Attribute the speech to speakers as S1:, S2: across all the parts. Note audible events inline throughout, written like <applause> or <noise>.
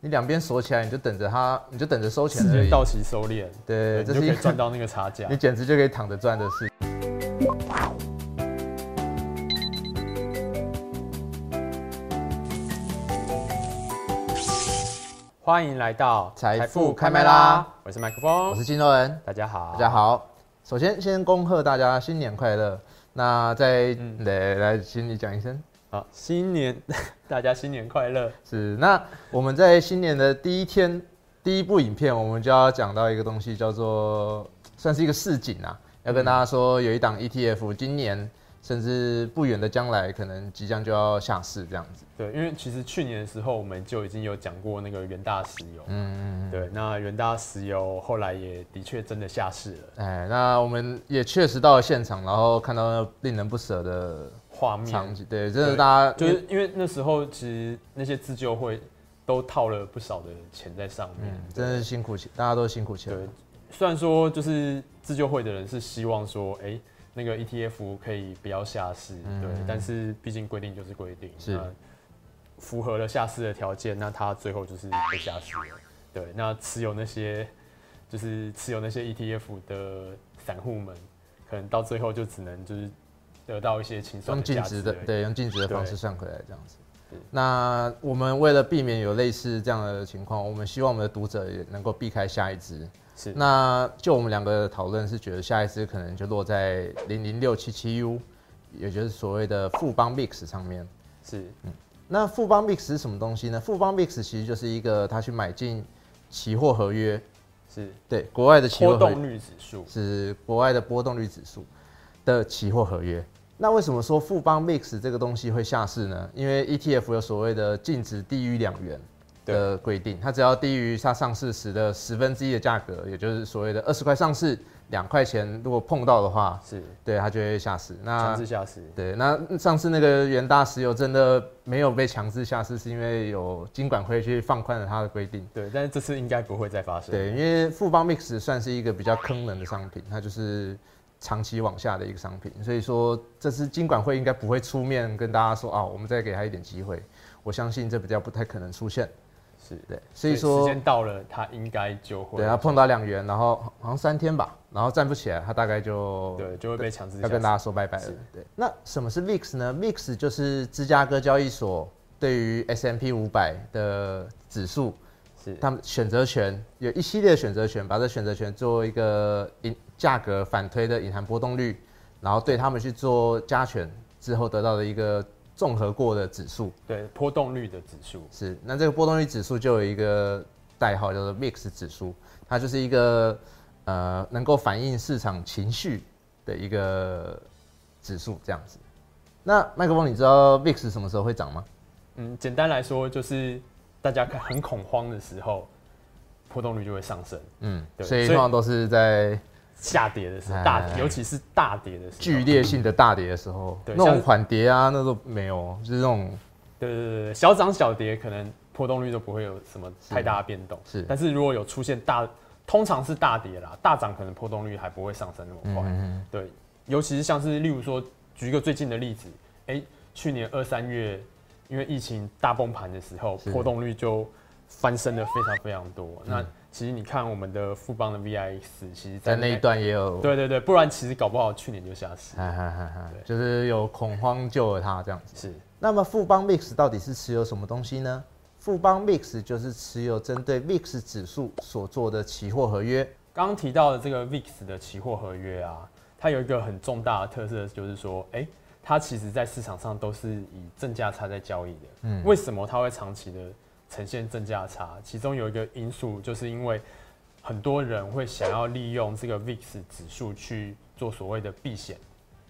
S1: 你两边锁起来，你就等着它，你就等着收钱
S2: 时
S1: 而
S2: 间
S1: 已。
S2: 到期收敛，
S1: 对，这
S2: 你就是可
S1: 一
S2: 以
S1: 个
S2: 赚到那个差价
S1: <laughs> 你。简直就可以躺着赚的事。
S2: 欢迎来到
S1: 财富开麦啦！
S2: 我是麦克
S1: 我是
S2: 风，
S1: 金肉人，
S2: 大家好，
S1: 大家。好。首先，先恭贺大家新年快乐。那在、
S2: 嗯
S1: 来来，请你讲一声。
S2: 好，新年 <laughs> 大家新年快乐！
S1: 是，那我们在新年的第一天，第一部影片，我们就要讲到一个东西，叫做算是一个市井啊，要跟大家说，有一档 ETF，今年甚至不远的将来，可能即将就要下市这样子。
S2: 对，因为其实去年的时候我们就已经有讲过那个元大石油，
S1: 嗯，
S2: 对，那元大石油后来也的确真的下市了，
S1: 哎，那我们也确实到了现场，然后看到那令人不舍的
S2: 画
S1: 场
S2: 面
S1: 景，对，真的
S2: 对
S1: 大家
S2: 就是因为那时候其实那些自救会都套了不少的钱在上面，
S1: 嗯，真的是辛苦钱，大家都辛苦钱
S2: 对。，虽然说就是自救会的人是希望说，哎、那个 ETF 可以不要下市，对，但是毕竟规定就是规定，
S1: 嗯是
S2: 那符合了下市的条件，那它最后就是被下市了。对，那持有那些就是持有那些 ETF 的散户们，可能到最后就只能就是得到一些清算
S1: 用
S2: 的
S1: 净
S2: 价
S1: 值
S2: 值
S1: 的
S2: 而已，
S1: 对，用净值的方
S2: 对
S1: 式算回来这样子
S2: 是。
S1: 那我们为了避免有类似这样的情况，我们希望我们的读者也能够避开下一支。
S2: 是
S1: 那就我们两个讨论是觉得下一支可能就落在零零六七七 U，也就是所谓的富邦 Mix 上面。
S2: 是
S1: 那富邦 Mix 是什么东西呢？富邦 Mix 其实就是一个他去买进期货合约，
S2: 是
S1: 对，国外的期货
S2: 波
S1: 合约
S2: 动率指数
S1: 是国外的波动率指数的期货合约。那为什么说富邦 Mix 这个东西会下市呢？因为 ETF 有所谓的净值低于两元的规定，它只要低于它上市时的十分之一的价格，也就是所谓的二十块上市两块钱，如果碰到的话，
S2: 是
S1: 对它就会下市。
S2: 强
S1: 那
S2: 制下市，
S1: 对，那上次那个元大石油真的没有被强制下市，是因为有金管会去放宽了它的规定。
S2: 对，但是这次应该不会再发生，
S1: 对，因为富邦 Mix 算是一个比较坑人的商品，它就是长期往下的一个商品，所以说这次金管会应该不会出面跟大家说啊，我们再给他一点机会，我相信这比较不太可能出现。
S2: 是。
S1: 对，所以
S2: 时
S1: 说，
S2: 间到了，它应该就会
S1: 对，他碰到两元，然后好像三天吧，然后站不起来，他大概就
S2: 对就会被强制
S1: 要跟大
S2: 家
S1: 家说拜拜了
S2: 是。
S1: 对，那什么是 VIX 呢？VIX 就是芝加哥交易所对于 S M P 五百的指数
S2: 是
S1: 他们选择权有一系列的选择权，把这选择权做一个隐价格反推的隐含波动率，然后对他们去做加权之后得到的一个综合过的指数
S2: 对波动率的指数
S1: 是。那这个波动率指数就有一个代号叫做 mix 指数，它就是一个呃能够反映市场情绪的一个指数这样子。那麦克风，你知道 VIX 什么时候会涨吗？
S2: 嗯，简单来说就是大家看很恐慌的时候，波动率就会上升；
S1: 嗯，
S2: 对
S1: 所以
S2: 所
S1: 通
S2: 以
S1: 常都是在
S2: 下跌的时候，
S1: 哎
S2: 大尤其是大跌的时候，
S1: 剧烈性的大跌的时候，
S2: 对
S1: 那种
S2: 像
S1: 缓跌啊，那都没有，就是那种
S2: 对对对对，小涨小跌可能波动率都不会有什么太大的变动，
S1: 是
S2: 但是如果有出现大，通常是大跌啦，大涨可能波动率还不会上升那么快，
S1: 嗯，
S2: 对，尤其是像是例如说，举一个最近的例子，哎、去年二三月因为疫情大崩盘的时候，
S1: 是嗯
S2: 波动率就翻身的非常非常多。那其实你看我们的富邦的 VIX，其实
S1: 在那一，段也有，
S2: 对对对，不然其实搞不好去年就下市。
S1: 哈哈哈哈，
S2: 对
S1: 就是有恐慌救了它这样子。
S2: 是
S1: 那么富邦 mix 到底是持有什么东西呢？富邦 mix 就是持有针对 mix 指数所做的期货合约，
S2: 刚刚提到的这个 VIX 的期货合约啊，它有一个很重大的特色，就是说，哎、它其实在市场上都是以正价差在交易的。
S1: 嗯
S2: 为什么它会长期的呈现正价差？其中有一个因素，就是因为很多人会想要利用这个 VIX 指数去做所谓的避险，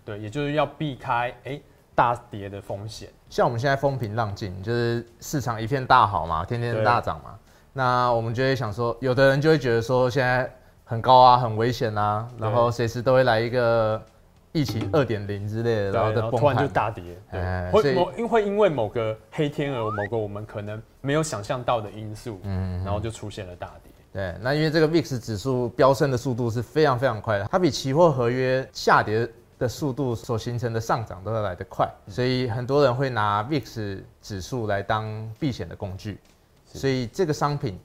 S2: 对，也就是要避开哎、诶大跌的风险。
S1: 像我们现在风平浪静，就是市场一片大好嘛，天天
S2: 对
S1: 大涨嘛。那我们就会想说，有的人就会觉得说现在很高啊，很危险啊，然后随时都会来一个疫情二点零之类的，
S2: 对，
S1: 然后再
S2: 然后
S1: 崩
S2: 突然就
S1: 盘。
S2: 大跌，
S1: 哎所以
S2: 对，会某因会因为某个黑天鹅，某个我们可能没有想象到的因素，嗯，然后就出现了大跌。
S1: 对，那因为这个 VIX 指数飙升的速度是非常非常快的，它比期货合约下跌的速度所形成的上涨都要
S2: 嗯
S1: 来得快，所以很多人会拿 VIX 指数来当避险的工具。所以这个商品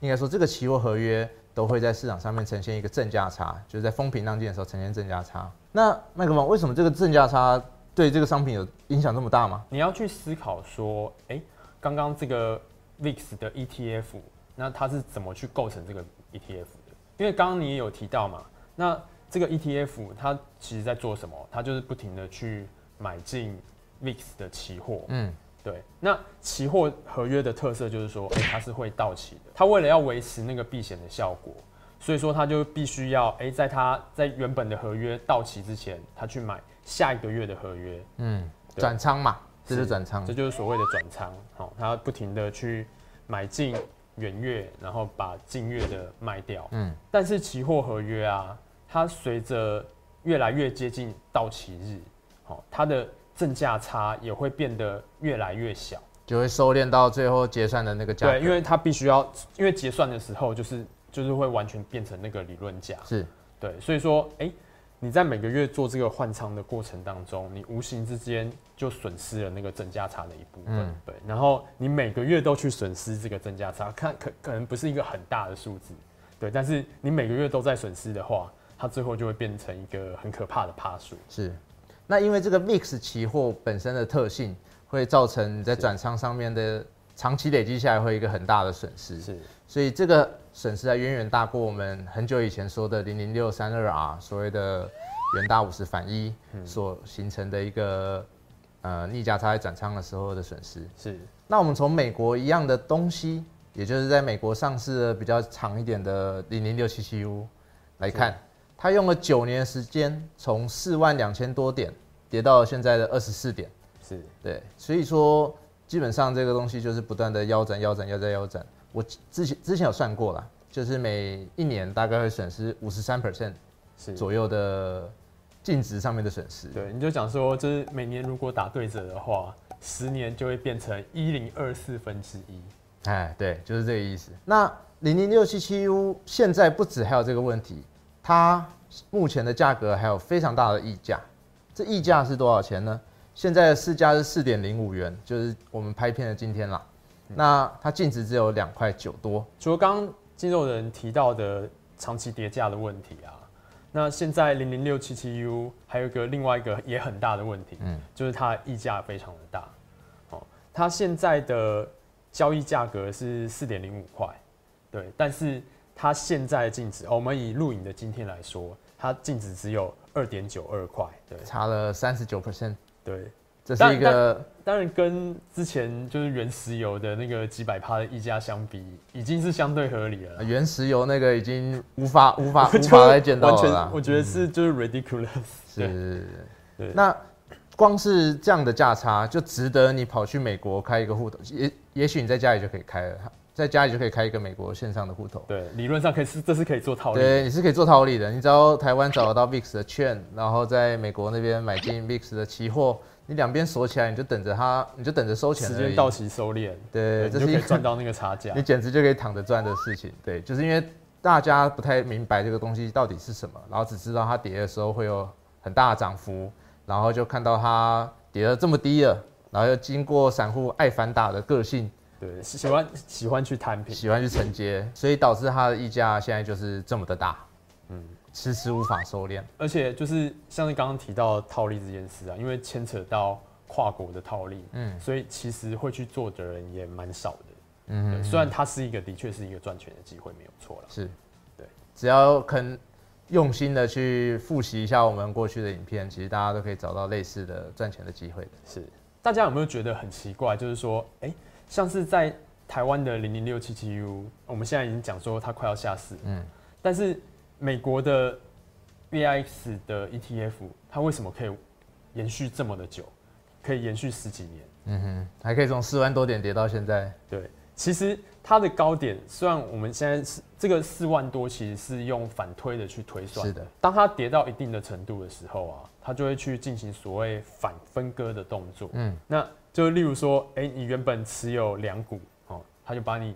S1: 应该说这个期货合约都会在市场上面呈现一个正价差，就是在风平浪静的时候呈现正价差。那麦克风为什么这个正价差对这个商品有影响这么大吗？
S2: 你要去思考说，哎、刚刚这个 VIX 的 ETF，那它是怎么去构成这个 ETF 的？因为刚刚你也有提到嘛，那这个 ETF 它其实在做什么？它就是不停的去买进 VIX 的期货，
S1: 嗯，
S2: 对，那期货合约的特色就是说，哎、它是会到期的。它为了要维持那个避险的效果，所以说它就必须要，哎、在它在原本的合约到期之前，它去买下一个月的合约，
S1: 嗯，
S2: 对
S1: 转仓嘛，这就是
S2: 是
S1: 转仓
S2: 这。就是所谓的转仓。好、它不停的去买进远月，然后把近月的卖掉。
S1: 嗯，
S2: 但是期货合约啊，它随着越来越接近到期日，好、它的正价差也会变得越来越小。
S1: 就会收敛到最后结算的那个价格。
S2: 对，因为它必须要，因为结算的时候就是就是会完全变成那个理论价。
S1: 是
S2: 对，所以说，哎、你在每个月做这个换仓的过程当中，你无形之间就损失了那个正价差的一部分。
S1: 嗯
S2: 对，然后你每个月都去损失这个正价差，看可可能不是一个很大的数字，对，但是你每个月都在损失的话，它最后就会变成一个很可怕的趴数。
S1: 是。那因为这个 VIX 期货本身的特性，会造成你在转仓上面的长期累积下来会有一个很大的损失。
S2: 是，
S1: 所以这个损失还远远大过我们很久以前说的零零六三二 R 所谓的元大五十反一所形成的一个呃逆价差在转仓的时候的损失。
S2: 是，
S1: 那我们从美国一样的东西，也就是在美国上市的比较长一点的零零六七七 U 来看，它用了九年的时间，从四万两千多点跌到了现在的二十四点。
S2: 是，
S1: 对，所以说基本上这个东西就是不断的腰斩、腰斩、腰斩、腰斩。我之前之前有算过啦，就是每一年大概会损失五十三 percent
S2: 是。
S1: 左右的净值上面的损失。
S2: 对，你就讲说，就是每年如果打对折的话，十年就会变成一零二四分之一。
S1: 哎，对，就是这个意思。那零零六七七 U 现在不止还有这个问题，它目前的价格还有非常大的溢价。这溢价是多少钱呢？现在的市价是四点零五元，就是我们拍片的今天啦。那它净值只有两块九多，
S2: 除了刚刚肌肉人提到的长期叠价的问题啊，那现在零零六七七 U 还有一个另外一个也很大的问题，
S1: 嗯
S2: 就是它的溢价非常的大。哦，它现在的交易价格是四点零五块，对，但是它现在的净值、哦我们以录影的今天来说，它净值只有二点九二块，对
S1: 差了三十九 percent，
S2: 对。
S1: 这
S2: 但
S1: 是一个
S2: 当然，跟之前就是原石油的那个几百趴的溢价相比，已经是相对合理了
S1: 呃
S2: 啦。
S1: 原石油那个已经无法无
S2: <laughs>
S1: 法
S2: 就
S1: 无
S2: 是
S1: 法再见到
S2: 完
S1: 了
S2: 全
S1: 啦。嗯
S2: 我觉得是就是 ridiculous。对
S1: <laughs> 是
S2: 对，
S1: 那光是这样的价差就值得你跑去美国开一个户头，也也许你在家里就可以开了，在家里就可以开一个美国线上的户头。
S2: 对，理论上可以是这是可以做套利的。
S1: 对，你是可以做套利的。你只要台湾找得到 VIX 的券，然后在美国那边买进 VIX 的期货，你两边锁起来，你就等着它，你就等着收钱
S2: 时
S1: 而
S2: 间
S1: 已。
S2: 到期收敛，
S1: 对，
S2: 对，你
S1: 这
S2: 就是可
S1: 一
S2: 以
S1: 个
S2: 赚到那个差价
S1: <laughs> 你。简直就可以躺着赚的事情。对，就是因为大家不太明白这个东西到底是什么，然后只知道它跌的时候会有很大的涨幅，然后就看到它跌得这么低了，然后又经过散户爱反打的个性，
S2: 对，喜喜欢喜欢去摊平。
S1: 喜欢去承接，所以导致它的溢价现在就是这么的大，嗯，迟迟无法收敛。
S2: 而且就是像是刚刚提到的套利这件事啊，因为牵扯到跨国的套利，
S1: 嗯
S2: 嗯，所以其实会去做的人也蛮少的。
S1: 嗯
S2: 对，虽然它是一个的确是一个赚钱的机会，没有错了。
S1: 是，
S2: 对，
S1: 只要肯用心的去复习一下我们过去的影片，其实大家都可以找到类似的赚钱的机会的。
S2: 是，大家有没有觉得很奇怪？就是说，哎、像是在台湾的零零六七七 U，我们现在已经讲说它快要下市，
S1: 嗯
S2: 嗯，但是美国的 VIX 的 ETF，它为什么可以延续这么的久，可以延续十几年？
S1: 嗯哼，还可以从四万多点跌到现在。
S2: 对，其实它的高点，虽然我们现在是这个四万多，其实是用反推的去推算。
S1: 是的，
S2: 当它跌到一定的程度的时候啊，它就会去进行所谓反分割的动作。
S1: 嗯，
S2: 那就例如说，哎、你原本持有两股哦，它就把你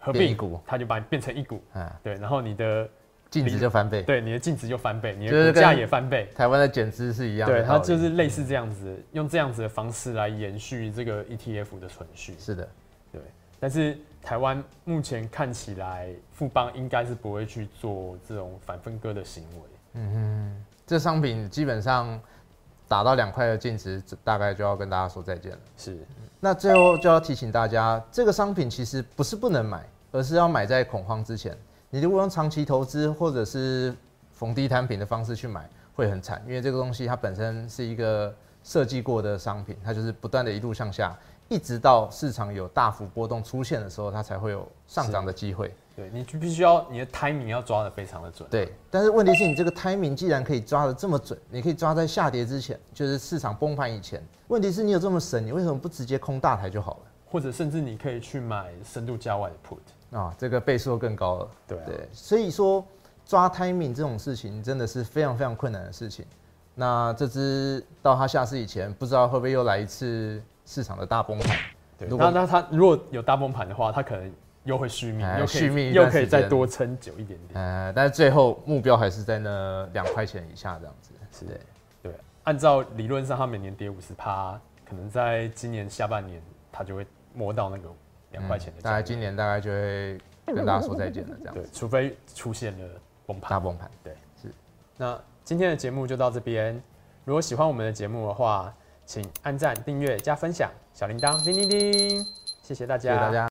S2: 合
S1: 变
S2: 并
S1: 一股，
S2: 它就把你变成一股，
S1: 啊，
S2: 对，然后你的
S1: 净值就翻倍，
S2: 对你的净值就翻倍，你
S1: 就是
S2: 的股
S1: 跟
S2: 价也翻倍。
S1: 台湾的减资是一样的道
S2: 对，
S1: 理。
S2: 它就是类 E 似这样子，用这样子的方式来延续这个 ETF 的存续。
S1: 是的，
S2: 对，但是台湾目前看起来，富邦应该是不会去做这种反分割的行为。
S1: 这商品基本上打到两块的净值，大概就要跟大家说再见了。
S2: 是，
S1: 那最后就要提醒大家，这个商品其实不是不能买，而是要买在恐慌之前。你如果用长期投资或者是逢低摊平的方式去买，会很惨，因为这个东西它本身是一个设计过的商品，它就是不断的一路向下，一直到市场有大幅波动出现的时候，它才会有上涨的机会。
S2: 对你就必须要你的 timing 要抓的非常的准。
S1: 对，但是问题是你这个 timing 既然可以抓的这么准，你可以抓在下跌之前，就是市场崩盘以前。问题是你有这么神，你为什么不直接空大台就好
S2: 或者甚至你可以去买深度价外的 put。
S1: 了？啊，这个倍数更高了。
S2: 对啊
S1: 对，所以说抓 timing 这种事情真的是非常非常困难的事情。那这只到它下市以前，不知道会不会又来一次市场的大崩盘？
S2: 对，
S1: 如
S2: 那
S1: 果
S2: 那它如果有大崩盘的话，它可能又会续命，
S1: 哎
S2: 又可以
S1: 续命一段
S2: 又可以
S1: 时间
S2: 再多撑久一点点。
S1: 呃，但是最后目标还是在那两块钱以下这样子。嗯是的，
S2: 对，按照理论上，它每年跌五十趴，可能在今年下半年它就会摸到那个两块钱的价
S1: 嗯大
S2: 格、
S1: 概今年大概就会跟大家说再见了这样
S2: 对
S1: 子，，
S2: 除非出现了崩盘。
S1: 大崩盘。
S2: 那今天的节目就到这边。如果喜欢我们的节目的话，请按赞、订阅、加分享，小铃铛叮叮叮，谢谢大
S1: 谢谢大家。